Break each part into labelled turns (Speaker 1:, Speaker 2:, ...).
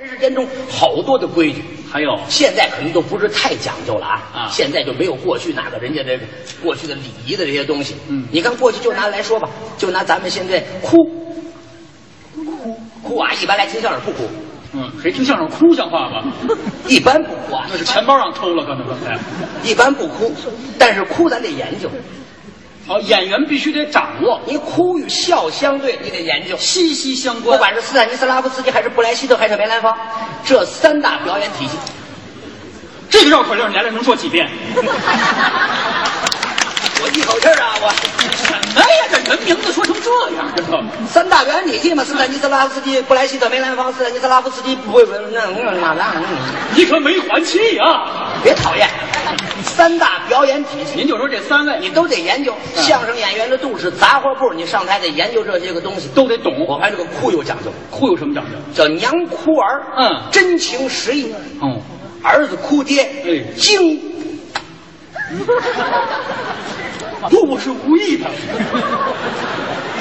Speaker 1: 人世间中好多的规矩，
Speaker 2: 还有
Speaker 1: 现在肯定都不是太讲究了啊！
Speaker 2: 啊
Speaker 1: 现在就没有过去那个人家这个过去的礼仪的这些东西。
Speaker 2: 嗯
Speaker 1: 你看过去就拿来说吧，就拿咱们现在哭，哭哭啊，一般来听相声 不哭，
Speaker 2: 嗯，谁听相声哭像话 吗？
Speaker 1: 一般不哭啊，
Speaker 2: 那是钱包让偷了，可能刚才。
Speaker 1: 一般不哭，但是哭咱得研究，
Speaker 2: 哦，演员必须得掌握，
Speaker 1: 你哭与笑相对，你得研究。
Speaker 2: 息息相
Speaker 1: 不
Speaker 2: 关。
Speaker 1: 管是斯坦尼斯拉夫斯基还是布莱希特还是梅兰芳，这三大表演体系，
Speaker 2: 这个绕口令，你来了能说几遍？
Speaker 1: 我一口气儿啊，我。
Speaker 2: 什么哎呀？这人名字说成这样，知道吗？
Speaker 1: 三大原理系嘛，斯坦尼斯拉夫斯基、布莱希特、梅兰芳、斯坦尼斯拉夫斯基，不会不那那那那，
Speaker 2: 你可没还气啊！
Speaker 1: 别讨厌。三大表演体系
Speaker 2: 您就说这三位，
Speaker 1: 你
Speaker 2: 你
Speaker 1: 都得研究，相声演员的肚是杂货铺，你上台得研究这些个东西。
Speaker 2: 都得懂。
Speaker 1: 我看这个哭有讲究，
Speaker 2: 哎哭有什么讲究？
Speaker 1: 叫娘哭儿，
Speaker 2: 嗯
Speaker 1: 真情实意，
Speaker 2: 哦，
Speaker 1: 儿子哭爹，
Speaker 2: 哎
Speaker 1: 惊，
Speaker 2: 不，我是无意的。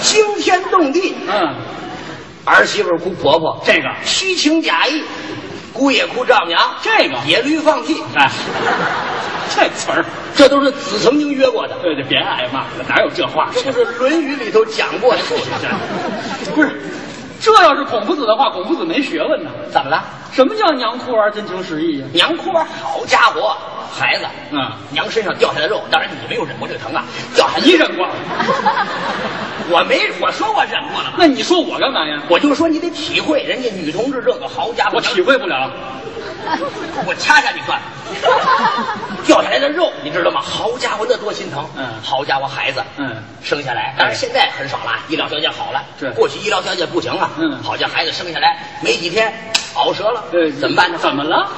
Speaker 1: 惊天动地，
Speaker 2: 嗯，
Speaker 1: 儿媳妇哭婆婆，
Speaker 2: 这个，
Speaker 1: 虚情假意，姑也哭丈母娘，
Speaker 2: 这个
Speaker 1: 野驴放屁，
Speaker 2: 哎，这词儿，
Speaker 1: 这都是子曾经约过的。
Speaker 2: 对对，别挨骂了，哪有这话？
Speaker 1: 这不是《论语》里头讲 过的故事。
Speaker 2: 这不是，这要是孔夫子的话，孔夫子没学问呢。
Speaker 1: 怎么了？
Speaker 2: 什么叫娘哭儿真情实意呀？
Speaker 1: 娘哭儿，好家伙，孩子，
Speaker 2: 嗯，
Speaker 1: 娘身上掉下来肉，当然你没有忍过这个疼啊，掉下来
Speaker 2: 你忍过？
Speaker 1: 我没，我说我忍过了吗？
Speaker 2: 那你说我干嘛呀？
Speaker 1: 我就说你得体会人家女同志这个，好家伙，
Speaker 2: 啊我体会不了。
Speaker 1: 我掐掐你算了， 掉下来的肉你知道吗？好家伙，那多心疼！
Speaker 2: 嗯
Speaker 1: 好家伙，孩子，
Speaker 2: 嗯，
Speaker 1: 生下来，当然现在很少了，医疗条件好了。
Speaker 2: 是
Speaker 1: 过去医疗条件不行啊。
Speaker 2: 嗯
Speaker 1: 好家伙，孩子生下来没几天，熬折了，
Speaker 2: 呃，
Speaker 1: 怎么办呢？
Speaker 2: 怎么了？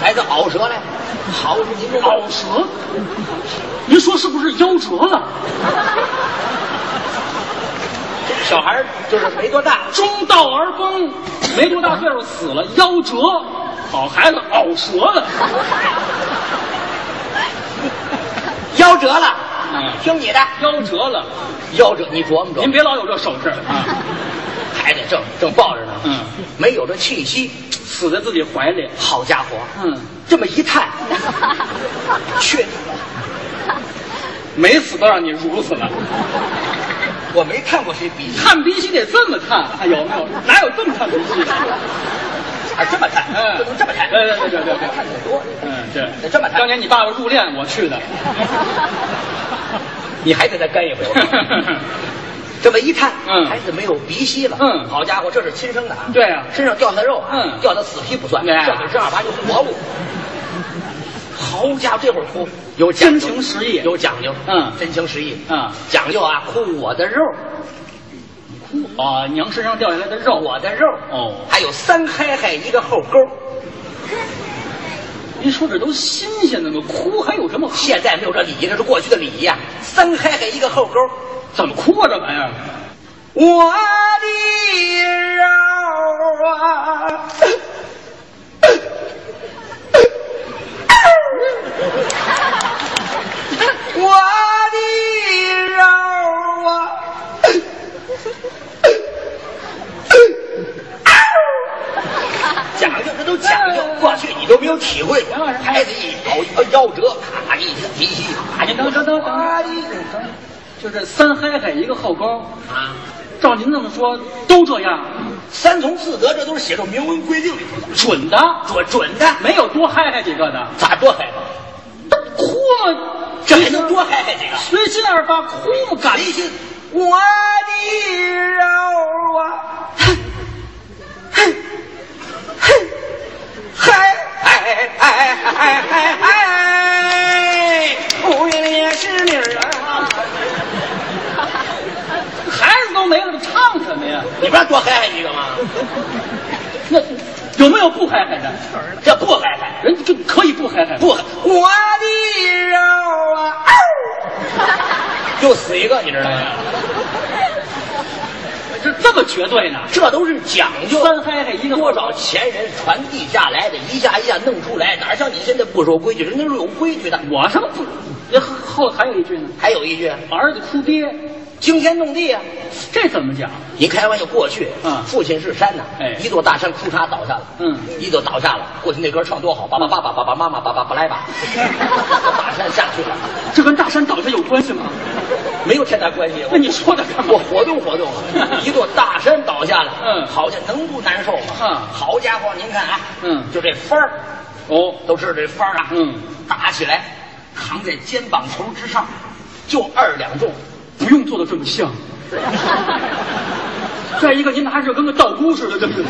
Speaker 1: 孩子熬折了，好，您这
Speaker 2: 咬舌？您说是不是夭折了？
Speaker 1: 小孩儿就是没多大，
Speaker 2: 中道而崩，没多大岁数死了，夭折。好孩子，咬舌了。
Speaker 1: 夭折了，
Speaker 2: 嗯
Speaker 1: 听你的，
Speaker 2: 夭折了，
Speaker 1: 夭折，你琢磨琢
Speaker 2: 您
Speaker 1: 磨，
Speaker 2: 别老有这手势啊！
Speaker 1: 孩子正正抱着呢，
Speaker 2: 嗯，
Speaker 1: 没有这气息，
Speaker 2: 死在自己怀里，
Speaker 1: 好家伙，
Speaker 2: 嗯，
Speaker 1: 这么一 探，确定
Speaker 2: 没死都让你辱死了。
Speaker 1: 我没看过谁比
Speaker 2: 看鼻息得这么看，还有没有？哎哪有这么看鼻息的？
Speaker 1: 啊这么探，
Speaker 2: 嗯
Speaker 1: 不能这么探，
Speaker 2: 对对对对对
Speaker 1: 看挺多，
Speaker 2: 嗯，对，
Speaker 1: 得这么看
Speaker 2: 当年你爸爸入殓我去 的，
Speaker 1: 你还得再干一回， 这么一探，
Speaker 2: 嗯
Speaker 1: 孩子没有鼻息了，
Speaker 2: 嗯
Speaker 1: 好家伙，这是亲生的啊，
Speaker 2: 对啊
Speaker 1: 身上掉的肉啊，
Speaker 2: 嗯
Speaker 1: 掉的死皮不算，
Speaker 2: 对啊
Speaker 1: 这可正儿八经活物。好家伙，这会儿哭有讲
Speaker 2: 真
Speaker 1: 究
Speaker 2: 情实意。
Speaker 1: 有讲究，
Speaker 2: 嗯
Speaker 1: 真情实意，
Speaker 2: 嗯，
Speaker 1: 讲究啊，哭我的肉，
Speaker 2: 啊，娘身上掉下来的肉，
Speaker 1: 我的肉，
Speaker 2: 哦
Speaker 1: 还有三嗨嗨一个后勾，
Speaker 2: 您说这都新鲜的吗？哭还有什么哭？
Speaker 1: 现在没有这礼仪，这是过去的礼仪啊，三嗨嗨一个后勾，
Speaker 2: 怎么哭啊？这玩意儿？
Speaker 1: 我的肉啊，我的肉啊。讲究，这都讲究。过去你都没有体会过，孩子一咬一夭折，咔一提起，咔
Speaker 2: 您哎等等等等，就这三嗨嗨一个后勾，
Speaker 1: 啊！
Speaker 2: 照您这么说，都这样，
Speaker 1: 三从四德，这都是写入明文规定里头的，
Speaker 2: 准的，
Speaker 1: 准准的，
Speaker 2: 没有多嗨嗨几个的，
Speaker 1: 咋多嗨？
Speaker 2: 哭嘛，
Speaker 1: 这还能多嗨嗨几个？
Speaker 2: 随心而发，哭嘛，感
Speaker 1: 随心，我的肉啊，嗨嗨嗨嗨嗨嗨嗨，哎不愿也是理儿 啊！
Speaker 2: 孩子都没了，这唱什么呀？
Speaker 1: 你不让多嗨嗨几个吗？
Speaker 2: 那有没有不嗨嗨的？
Speaker 1: 这不嗨嗨，
Speaker 2: 人就可以不嗨嗨，
Speaker 1: 不嗨，我的肉啊，嗷就死一个，你知道吗？
Speaker 2: 这这么绝对呢？
Speaker 1: 这都是讲究。
Speaker 2: 三嗨嗨一个
Speaker 1: 多少前人传递下来的，一下一下弄出来，哪像你现在不守规矩？人家是有规矩的。
Speaker 2: 我什么不？那后还有一句呢，
Speaker 1: 还有一句，
Speaker 2: 儿子哭爹，
Speaker 1: 惊天动地啊！
Speaker 2: 这怎么讲？
Speaker 1: 您开玩笑，过去，
Speaker 2: 嗯
Speaker 1: 父亲是山呐，
Speaker 2: 哎
Speaker 1: 一座大山库嚓倒下了，
Speaker 2: 嗯
Speaker 1: 一座倒下了。过去那歌唱多好，爸爸爸爸爸爸妈妈爸爸不来 吧，大山下去了，
Speaker 2: 这跟大山倒下有关系吗？
Speaker 1: 没有太大关系。
Speaker 2: 那你说的干嘛
Speaker 1: 我？活动活动 啊，一座大山倒下了，
Speaker 2: 嗯
Speaker 1: 好像能不难受吗？
Speaker 2: 嗯
Speaker 1: 好家伙，您看啊，
Speaker 2: 嗯
Speaker 1: 就这幡儿，
Speaker 2: 哦，
Speaker 1: 都知道这幡儿啊，
Speaker 2: 嗯，
Speaker 1: 打起来，扛在肩膀头之上，就二两重，
Speaker 2: 不用做的这么 像。再一个，您拿着跟个道姑似的，这是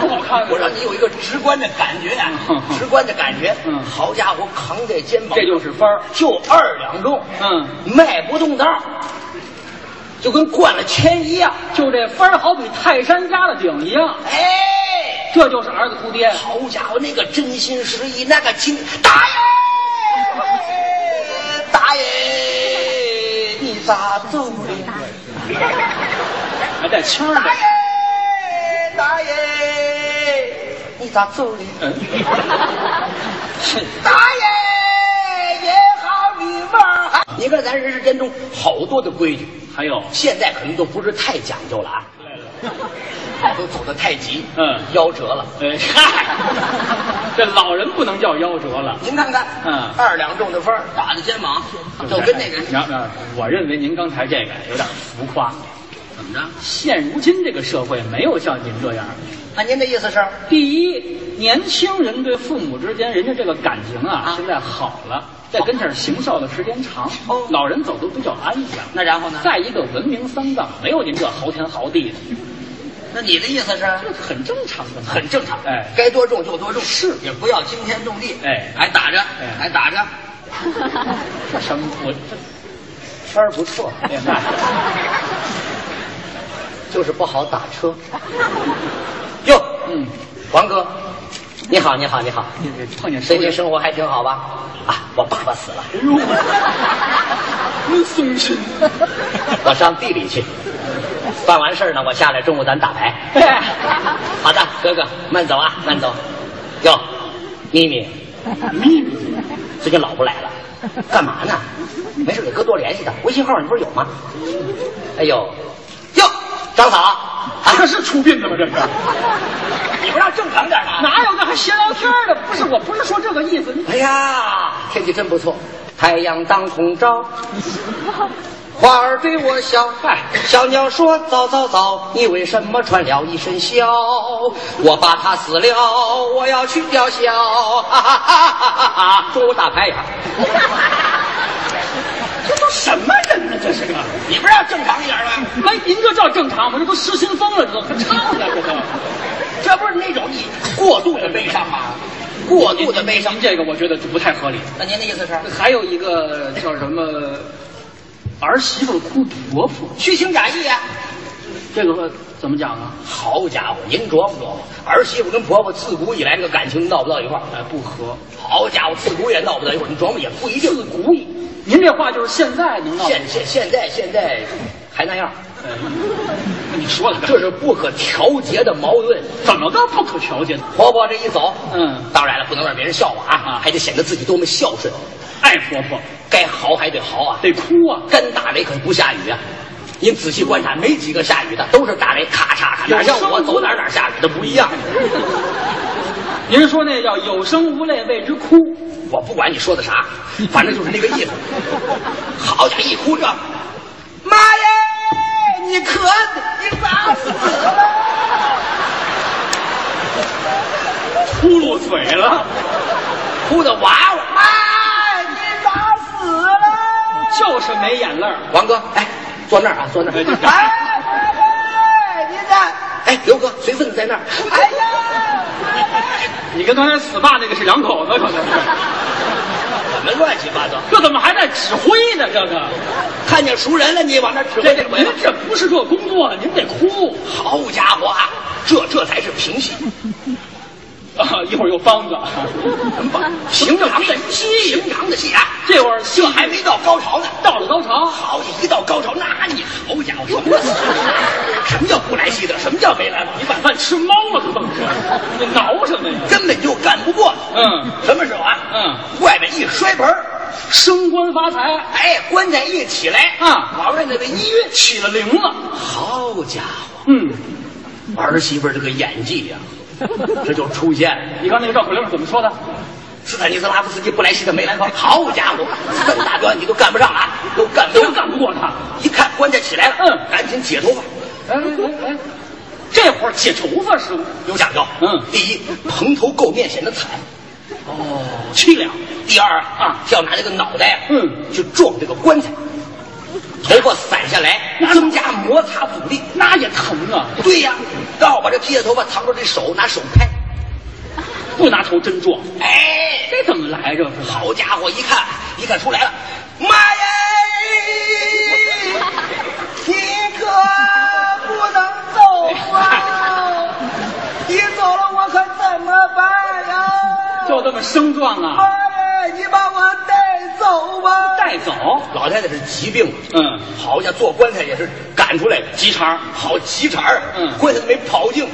Speaker 2: 不好看啊。
Speaker 1: 我让你有一个直观的感觉呀、
Speaker 2: 嗯嗯
Speaker 1: 直观的感觉。
Speaker 2: 嗯
Speaker 1: 好家伙，扛在肩膀，
Speaker 2: 这就是幡儿。
Speaker 1: 就二两重，
Speaker 2: 嗯，
Speaker 1: 迈不动道儿，就跟灌了铅一样。
Speaker 2: 就这幡儿好比泰山压了顶一样，
Speaker 1: 哎，
Speaker 2: 这就是儿子哭爹。
Speaker 1: 好家伙，那个真心实意，那个情，大爷，大爷，你咋走的？
Speaker 2: 还带腔儿的
Speaker 1: 大。爷，大爷，你咋走的？
Speaker 2: 嗯，
Speaker 1: 大爷也好，你玩儿。你看咱人世间中好多的规矩，
Speaker 2: 还有，
Speaker 1: 现在可能都不是太讲究了 啊，都走得太急，
Speaker 2: 嗯
Speaker 1: 夭折了。
Speaker 2: 哎嗨， 这老人不能叫夭折了。
Speaker 1: 您看看，
Speaker 2: 嗯
Speaker 1: 二两重的分儿打在肩膀， 就跟那个
Speaker 2: 娘娘，呃我认为您刚才这个有点浮夸。
Speaker 1: 怎么着？
Speaker 2: 现如今这个社会没有像您这样的。
Speaker 1: 那您的意思是？
Speaker 2: 第一，年轻人对父母之间，人家这个感情啊，
Speaker 1: 啊
Speaker 2: 现在好了，在跟前儿行孝的时间长，
Speaker 1: 哦
Speaker 2: 老人走都比较安详。
Speaker 1: 那然 后呢？
Speaker 2: 再一个，文明丧葬，没有您这嚎天嚎地的，
Speaker 1: 那你的意思是？
Speaker 2: 这是很正常的嘛，
Speaker 1: 很正常，
Speaker 2: 哎
Speaker 1: 该多重就多重，
Speaker 2: 是
Speaker 1: 也不要惊天动地，
Speaker 2: 哎
Speaker 1: 还打着，
Speaker 2: 哎
Speaker 1: 还打着，
Speaker 2: 这什么？我这圈儿不 错，哎嗨
Speaker 1: 就是不好打 车。哟，
Speaker 2: 嗯，
Speaker 1: 王哥，你好，你好，你好，
Speaker 2: 你这碰见
Speaker 1: 最
Speaker 2: 谁
Speaker 1: 近
Speaker 2: 这？
Speaker 1: 生活还挺好吧？啊，我爸爸死 了，
Speaker 2: 哎呦，真松心。
Speaker 1: 我上地里去，办完事儿呢，我下来，中午咱打牌。好的，哥哥，慢走啊，慢走。哟，咪咪，
Speaker 2: 秘密
Speaker 1: 最近老婆来了，干嘛呢？没事，给哥多联系他，微信号你不是有吗？哎呦，哟，张嫂，啊，
Speaker 2: 这是 出殡的吗？这是
Speaker 1: 你不让正常点啊吗？
Speaker 2: 哪有那还闲聊天的？不是，我不是说这个意思。你
Speaker 1: 哎呀，天气真不错，太阳当空 照，花儿对我笑，哎小鸟说早早早，你为什么穿了一身孝？我把它撕了，我要去吊孝，哈哈哈哈哈哈！中午打牌呀，
Speaker 2: 这都什么人呢？这是个，
Speaker 1: 你不让正常一点吗？
Speaker 2: 哎，您这叫正常吗？这都失心疯了，这都还唱呢，这都。
Speaker 1: 这不是那种你过度的悲伤吗？过度的悲伤
Speaker 2: 您。这个我觉得就不太合理。
Speaker 1: 那您的意思是
Speaker 2: 还有一个叫什么，儿媳妇哭伯父，
Speaker 1: 虚情假意啊？
Speaker 2: 这个怎么讲啊？
Speaker 1: 好家伙，您琢磨琢磨，儿媳妇跟婆婆自古以来那个感情闹不到一块儿。
Speaker 2: 哎，不合。
Speaker 1: 好家伙，自古也闹不到一块儿，你琢磨也不一定。自古以
Speaker 2: 您这话就是现在能闹？
Speaker 1: 现现现在现在还那样，
Speaker 2: 哎你说的
Speaker 1: 这是不可调节的矛盾。
Speaker 2: 怎么个不可调节呢？
Speaker 1: 婆婆这一走，
Speaker 2: 嗯，
Speaker 1: 当然了，不能让别人笑话啊
Speaker 2: 啊，
Speaker 1: 还得显得自己多么孝顺，
Speaker 2: 爱婆婆
Speaker 1: 该嚎还得嚎啊。
Speaker 2: 得哭啊，
Speaker 1: 干打雷可不下雨啊。您仔细观察，没几个下雨的，都是打雷咔嚓咔嚓，哪像我走哪儿哪儿下雨的不一样。
Speaker 2: 您说那叫有声无泪为之哭，
Speaker 1: 我不管你说的啥， 反正就是那个意思。好家伙，一哭这，妈耶，你可你咋死了？
Speaker 2: 秃噜嘴了，
Speaker 1: 哭哦的娃娃，妈，你咋死了？
Speaker 2: 就是没眼泪儿。
Speaker 1: 王哥，哎，坐那儿啊，坐那儿。哎，你咋？哎，刘哥，随份子在那儿。哎呀，
Speaker 2: 你跟刚才死爸那个是两口子，可能是。
Speaker 1: 怎么乱七八糟？
Speaker 2: 这怎么还在指挥呢？这个，
Speaker 1: 看见熟人了，你往那儿指挥
Speaker 2: 这这
Speaker 1: 我呀
Speaker 2: 您这不是这工作，您得哭
Speaker 1: 好家伙啊，这这才是平 息。
Speaker 2: 啊！一会儿又梆子，
Speaker 1: 平常的戏，平常的戏啊，
Speaker 2: 这会儿
Speaker 1: 这还没到高潮呢。
Speaker 2: 到了高潮，
Speaker 1: 好，一到高潮，那你好家伙，什么死啊什么叫不来气的？什么叫没来往？你
Speaker 2: 晚饭吃猫了，可怎么是？你挠什么呀？
Speaker 1: 根本就干不过。
Speaker 2: 嗯，
Speaker 1: 什么时候啊？
Speaker 2: 嗯，
Speaker 1: 外面一摔盆儿，
Speaker 2: 升官发财
Speaker 1: 哎，棺材一起来，
Speaker 2: 啊
Speaker 1: 老人家的一跃，
Speaker 2: 起了灵了。
Speaker 1: 好家伙，
Speaker 2: 嗯，
Speaker 1: 儿媳妇儿这个演技呀、这就出现了。
Speaker 2: 你看那个绕口令是怎么说的？
Speaker 1: 斯坦尼斯拉夫斯基、布莱希特、梅兰芳，好家伙，这么大表演你都干不上了，都干不
Speaker 2: 都
Speaker 1: 上。
Speaker 2: 干不过他。
Speaker 1: 一看棺材起来了，
Speaker 2: 嗯
Speaker 1: 赶紧解头发，
Speaker 2: 哎哎哎，这会儿解
Speaker 1: 啊
Speaker 2: 头发是
Speaker 1: 有讲究。
Speaker 2: 嗯
Speaker 1: 第一，蓬头垢面显得惨
Speaker 2: 哦，
Speaker 1: 凄凉；第二
Speaker 2: 啊
Speaker 1: 要拿这个脑袋呀，啊
Speaker 2: 嗯，
Speaker 1: 去撞这个棺材，头发散下来，
Speaker 2: 那
Speaker 1: 增加摩擦阻力。
Speaker 2: 那也疼啊，
Speaker 1: 对呀，刚好把这披着头发藏住这手，拿手拍，
Speaker 2: 不拿头真撞，
Speaker 1: 哎，
Speaker 2: 这怎么来着？是吧？
Speaker 1: 好家伙，一看一看出来了，妈呀！你可不能走啊！你走了我可怎么办呀？
Speaker 2: 就这么生撞啊，
Speaker 1: 呀，你把我带走吧！
Speaker 2: 带走。
Speaker 1: 老太太是疾病，
Speaker 2: 嗯，
Speaker 1: 好家伙，做棺材也是赶出来的，
Speaker 2: 急茬儿
Speaker 1: 好急茬儿，
Speaker 2: 嗯
Speaker 1: 棺材没刨净，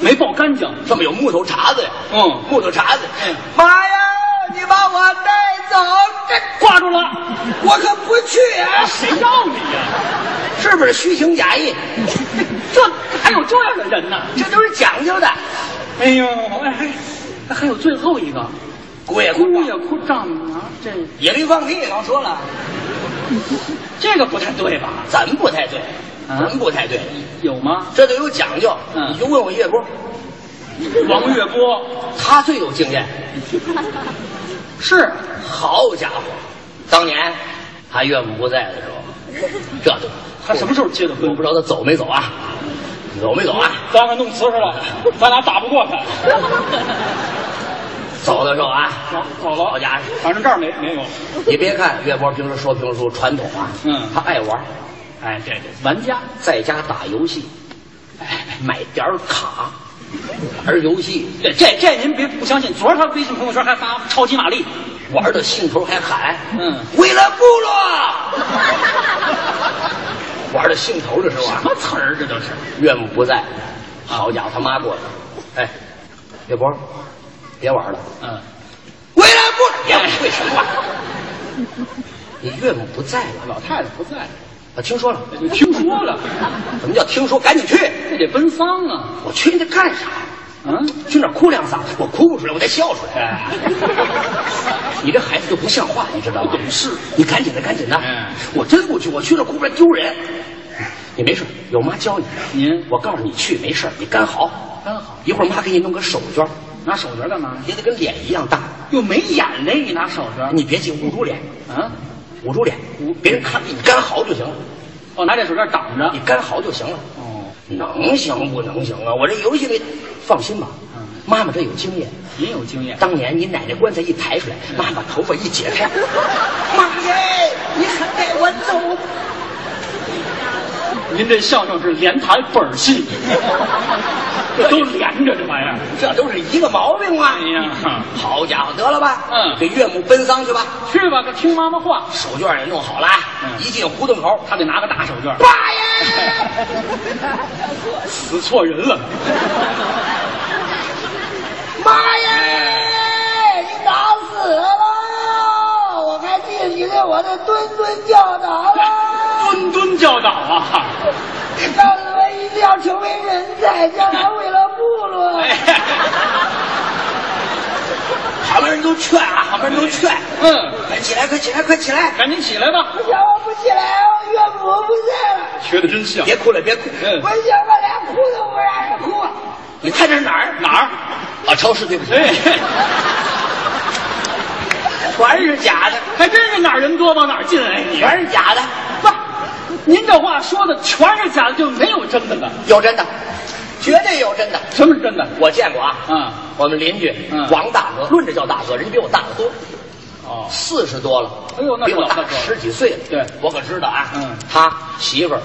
Speaker 2: 没抱干净。
Speaker 1: 上面有木头茬子呀，
Speaker 2: 嗯
Speaker 1: 木头茬子，
Speaker 2: 嗯
Speaker 1: 妈呀，你把我带走，这
Speaker 2: 挂住了，哎
Speaker 1: 我可不去啊呀、
Speaker 2: 谁要你呀、
Speaker 1: 是不是虚情假 意？
Speaker 2: 这还有这样的人呢？
Speaker 1: 这都是讲究的。
Speaker 2: 哎呦，哎还还有最后一个，
Speaker 1: 姑爷，
Speaker 2: 姑爷哭丈母娘，这
Speaker 1: 野驴放屁，刚说了，
Speaker 2: 这个不太对吧？
Speaker 1: 咱不太对，
Speaker 2: 啊
Speaker 1: 咱不太对，
Speaker 2: 有吗？
Speaker 1: 这都有讲究。
Speaker 2: 嗯
Speaker 1: 你就问问岳波，
Speaker 2: 王月波
Speaker 1: 他最有经验。
Speaker 2: 是
Speaker 1: 好家伙，当年他岳母不在的时候，这都
Speaker 2: 他什么时候结的婚
Speaker 1: 我不知道他走没走啊？走没走啊？
Speaker 2: 咱俩弄瓷实了，咱俩打不过 他。
Speaker 1: 走的时候啊，
Speaker 2: 走走了，
Speaker 1: 好家伙，
Speaker 2: 反正这儿没没有。
Speaker 1: 你别看岳波平时说评书传统啊，
Speaker 2: 嗯
Speaker 1: 他爱玩，
Speaker 2: 哎，对对，玩家，
Speaker 1: 在家打游戏，
Speaker 2: 哎，
Speaker 1: 买点儿卡玩游戏，
Speaker 2: 这这这您别不相信，昨儿他微信朋友圈还发超级玛丽，
Speaker 1: 玩的兴头还喊，
Speaker 2: 嗯
Speaker 1: 为了部落，玩的兴头的时候啊
Speaker 2: 什，么词儿这都是？
Speaker 1: 岳母不在，好家伙，他妈过来了，哎，岳波，别玩了，
Speaker 2: 嗯，
Speaker 1: 为了部落，别玩为什么玩？你岳母不在了，
Speaker 2: 老太太不在，
Speaker 1: 我听说了，
Speaker 2: 你听说了，
Speaker 1: 怎么叫听说？赶紧去！
Speaker 2: 这得奔丧啊，
Speaker 1: 我去那干啥呀？
Speaker 2: 嗯。
Speaker 1: 去那儿哭两嗓子，我哭不出来，我得笑出来。
Speaker 2: 哎
Speaker 1: 你这孩子就不像话，你知道吗？
Speaker 2: 不懂事，
Speaker 1: 你赶紧的，赶紧的！
Speaker 2: 嗯
Speaker 1: 我真不去，我去那儿哭出来丢人。你没事，有妈教你。
Speaker 2: 您
Speaker 1: 我告诉你去没事儿，你干好。
Speaker 2: 干好，
Speaker 1: 一会儿妈给你弄个手绢，
Speaker 2: 拿手绢干嘛？
Speaker 1: 也得跟脸一样大。
Speaker 2: 又没眼泪，你拿手绢？
Speaker 1: 你别急，捂住脸，
Speaker 2: 啊？
Speaker 1: 捂住脸
Speaker 2: 捂，
Speaker 1: 别人看不见你干好就行了，
Speaker 2: 哦，拿这手绢挡着
Speaker 1: 你。干好就行了。
Speaker 2: 哦，
Speaker 1: 能行不能行啊？我这游戏里，放心吧
Speaker 2: 嗯，
Speaker 1: 妈妈这有经验。
Speaker 2: 您有经验。
Speaker 1: 当年你奶奶棺材一抬出来，
Speaker 2: 嗯
Speaker 1: 妈把头发一解开， 妈耶，你可带我走！
Speaker 2: 您这相声是连台本 戏，这都连着这玩意儿。
Speaker 1: 这都是一个毛病啊！
Speaker 2: 哎呀，
Speaker 1: 好家伙，得了吧，
Speaker 2: 嗯
Speaker 1: 给岳母奔丧去吧。
Speaker 2: 去吧，听妈妈话。
Speaker 1: 手绢也弄好了啊，
Speaker 2: 嗯
Speaker 1: 一进胡同口，
Speaker 2: 他得拿个大手绢。
Speaker 1: 爸呀！
Speaker 2: 死错人了。
Speaker 3: 妈
Speaker 1: 哎
Speaker 3: 耶！你打死了！我还惦记着我的谆谆教导了，
Speaker 2: 谆谆教导啊！
Speaker 3: 告诉我一定要成为人才，将来为了部落。
Speaker 2: 哎，
Speaker 1: 旁边人都劝啊，旁边人都劝，
Speaker 2: 嗯，
Speaker 1: 快起来，快起来，快起来！
Speaker 2: 赶紧起来吧
Speaker 3: 不。行，我不起来，我岳母不在了，
Speaker 2: 学的真像
Speaker 1: 别哭了，别哭。
Speaker 2: 嗯
Speaker 3: 我想我连哭都不让人哭。
Speaker 1: 你看这是哪儿？
Speaker 2: 哪儿？
Speaker 1: 啊，超市对不起，
Speaker 2: 哎，
Speaker 1: 全是假的，
Speaker 2: 还真是哪儿人多往哪儿进哎你。
Speaker 1: 全是假的，
Speaker 2: 不，您这话说的全是假的，就没有真的了。
Speaker 1: 有真的，绝对有真的。
Speaker 2: 什么是真的？
Speaker 1: 我见过啊，
Speaker 2: 嗯，
Speaker 1: 我们邻居
Speaker 2: 嗯
Speaker 1: 王大哥，论着叫大哥，人比我大得多，
Speaker 2: 哦，
Speaker 1: 四十多了，
Speaker 2: 哎呦那
Speaker 1: 比
Speaker 2: 是
Speaker 1: 我
Speaker 2: 老大
Speaker 1: 大
Speaker 2: 哥了
Speaker 1: 十几岁了。
Speaker 2: 对
Speaker 1: 我可知道啊，
Speaker 2: 嗯
Speaker 1: 他媳妇儿，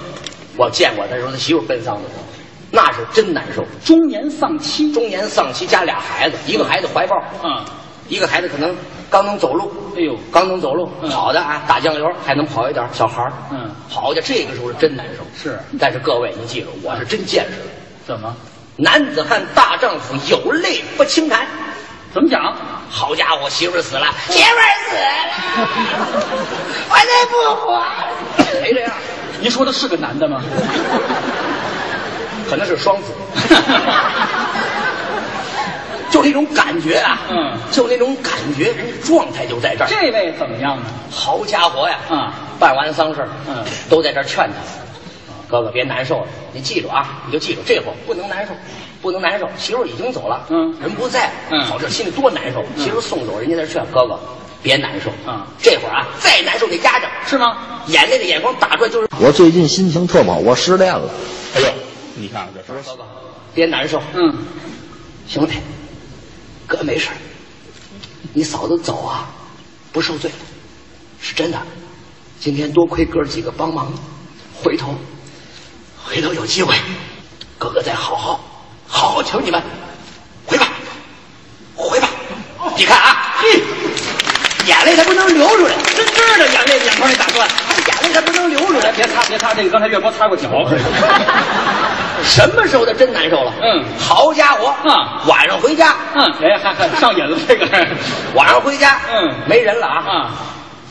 Speaker 1: 我见过，他说他媳妇儿奔丧的时候，那是真难受，
Speaker 2: 中年丧妻。
Speaker 1: 中年丧妻加俩孩子，一个孩子怀抱，
Speaker 2: 嗯，
Speaker 1: 一个孩子可能刚能走路，
Speaker 2: 哎呦，
Speaker 1: 刚能走路，
Speaker 2: 嗯
Speaker 1: 跑的啊，打酱油还能跑一点，小孩儿，
Speaker 2: 嗯
Speaker 1: 好家伙，这个时候是真难受。
Speaker 2: 是，
Speaker 1: 但是各位，您记住，我是真见识了，
Speaker 2: 怎么？
Speaker 1: 男子汉大丈夫，有泪不轻弹。
Speaker 2: 怎么讲？
Speaker 1: 好家伙，媳妇儿死了，
Speaker 2: 哦
Speaker 3: 媳妇儿死 了，我再不活了。
Speaker 1: 谁这样？
Speaker 2: 您说的是个男的 吗？
Speaker 1: 可能是双 子，就那种感觉啊，
Speaker 2: 嗯
Speaker 1: 就那种感觉，人家状态就在这儿。
Speaker 2: 这位怎么样呢？
Speaker 1: 好家伙呀，
Speaker 2: 嗯
Speaker 1: 办完丧事儿，
Speaker 2: 嗯
Speaker 1: 都在这儿劝他，哥哥别难受了，你记住啊，你就记住，这会儿不能难受，不能难受，媳妇儿已经走了，
Speaker 2: 嗯
Speaker 1: 人不在，
Speaker 2: 嗯
Speaker 1: 好这心里多难受，媳妇儿送走，人家在这儿劝哥哥别难受，
Speaker 2: 嗯
Speaker 1: 这会儿啊再难受得压着，
Speaker 2: 是吗？
Speaker 1: 眼泪的眼光打转就是，
Speaker 4: 我最近心情特不好，我失恋了。
Speaker 1: 哎呦，
Speaker 5: 你看看这事儿，
Speaker 1: 哥哥别难受，
Speaker 2: 啊嗯，
Speaker 1: 兄弟，哥没事儿你嫂子走啊，不受罪，是真的。今天多亏哥几个帮忙，回头，回头有机会，哥哥再好好好好请你们，回吧，回吧。你看啊，眼泪它不能流出来，
Speaker 2: 真知道眼泪眼眶里打转。
Speaker 1: 眼泪它不能流出
Speaker 2: 哎
Speaker 1: 来。
Speaker 2: 别擦，别擦，这个刚才月波擦过脚。
Speaker 1: 什么时候他真难受了？
Speaker 2: 嗯
Speaker 1: 好家伙，
Speaker 2: 嗯
Speaker 1: 晚上回家，
Speaker 2: 嗯，哎，还还上瘾了这 个。
Speaker 1: 晚上回家，
Speaker 2: 嗯
Speaker 1: 没人了啊，
Speaker 2: 啊，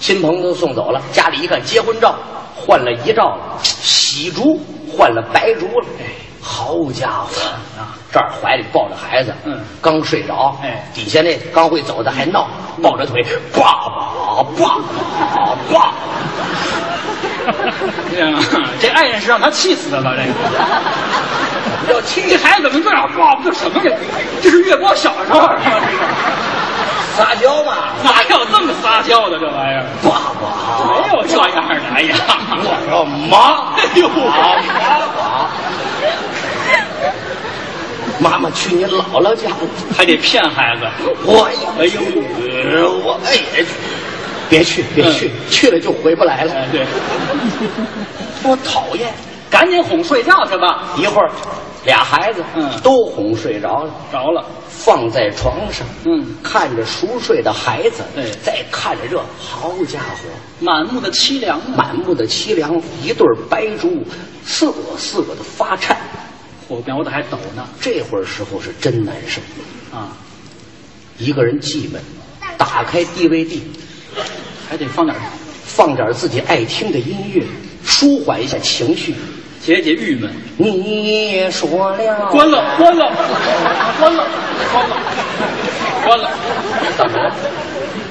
Speaker 1: 亲朋都送走了，家里一看结婚照换了遗照了，喜烛换了白烛了，好家伙
Speaker 2: 啊！
Speaker 1: 这儿怀里抱着孩子，
Speaker 2: 嗯
Speaker 1: 刚睡着，
Speaker 2: 哎
Speaker 1: 底下那刚会走的还闹，抱着腿，爸爸爸爸，
Speaker 2: 哎呀这爱人是让他气死的吧？ 这个，
Speaker 1: 要气
Speaker 2: 这孩子怎么这样抱？这什么这？这是月波小 时候是吧？这个
Speaker 1: 撒娇嘛，
Speaker 2: 哪有这么撒娇的这玩意儿？
Speaker 1: 爸爸，
Speaker 2: 没有这样的，哎呀，
Speaker 1: 我说妈，
Speaker 2: 哎呦
Speaker 1: 妈妈，妈妈去你姥姥家，
Speaker 2: 还得骗孩子。
Speaker 1: 我
Speaker 2: 哎呦，
Speaker 1: 呃，我哎呀，别去，别去，去了就回不来了
Speaker 2: 嗯哎，对，
Speaker 1: 多讨厌！
Speaker 2: 赶紧哄睡觉去吧。
Speaker 1: 一会儿，俩孩子
Speaker 2: 嗯
Speaker 1: 都哄睡着了，
Speaker 2: 着了，
Speaker 1: 放在床上，
Speaker 2: 嗯，
Speaker 1: 看着熟睡的孩子，
Speaker 2: 哎
Speaker 1: 再看着这，好家伙，
Speaker 2: 满目的凄凉啊。
Speaker 1: 满目的凄凉，一对白珠瑟瑟的发颤。
Speaker 2: 火苗子还抖呢。
Speaker 1: 这会儿时候是真难受，
Speaker 2: 啊，
Speaker 1: 一个人寂寞，打开 DVD，
Speaker 2: 还得放点
Speaker 1: 放点自己爱听的音乐，舒缓一下情绪。
Speaker 2: 解解郁闷。
Speaker 1: 你也说了，
Speaker 2: 关了，关了，关了，关了，关了。
Speaker 1: 怎么了？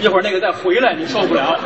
Speaker 2: 一会儿那个再回来，你受不了。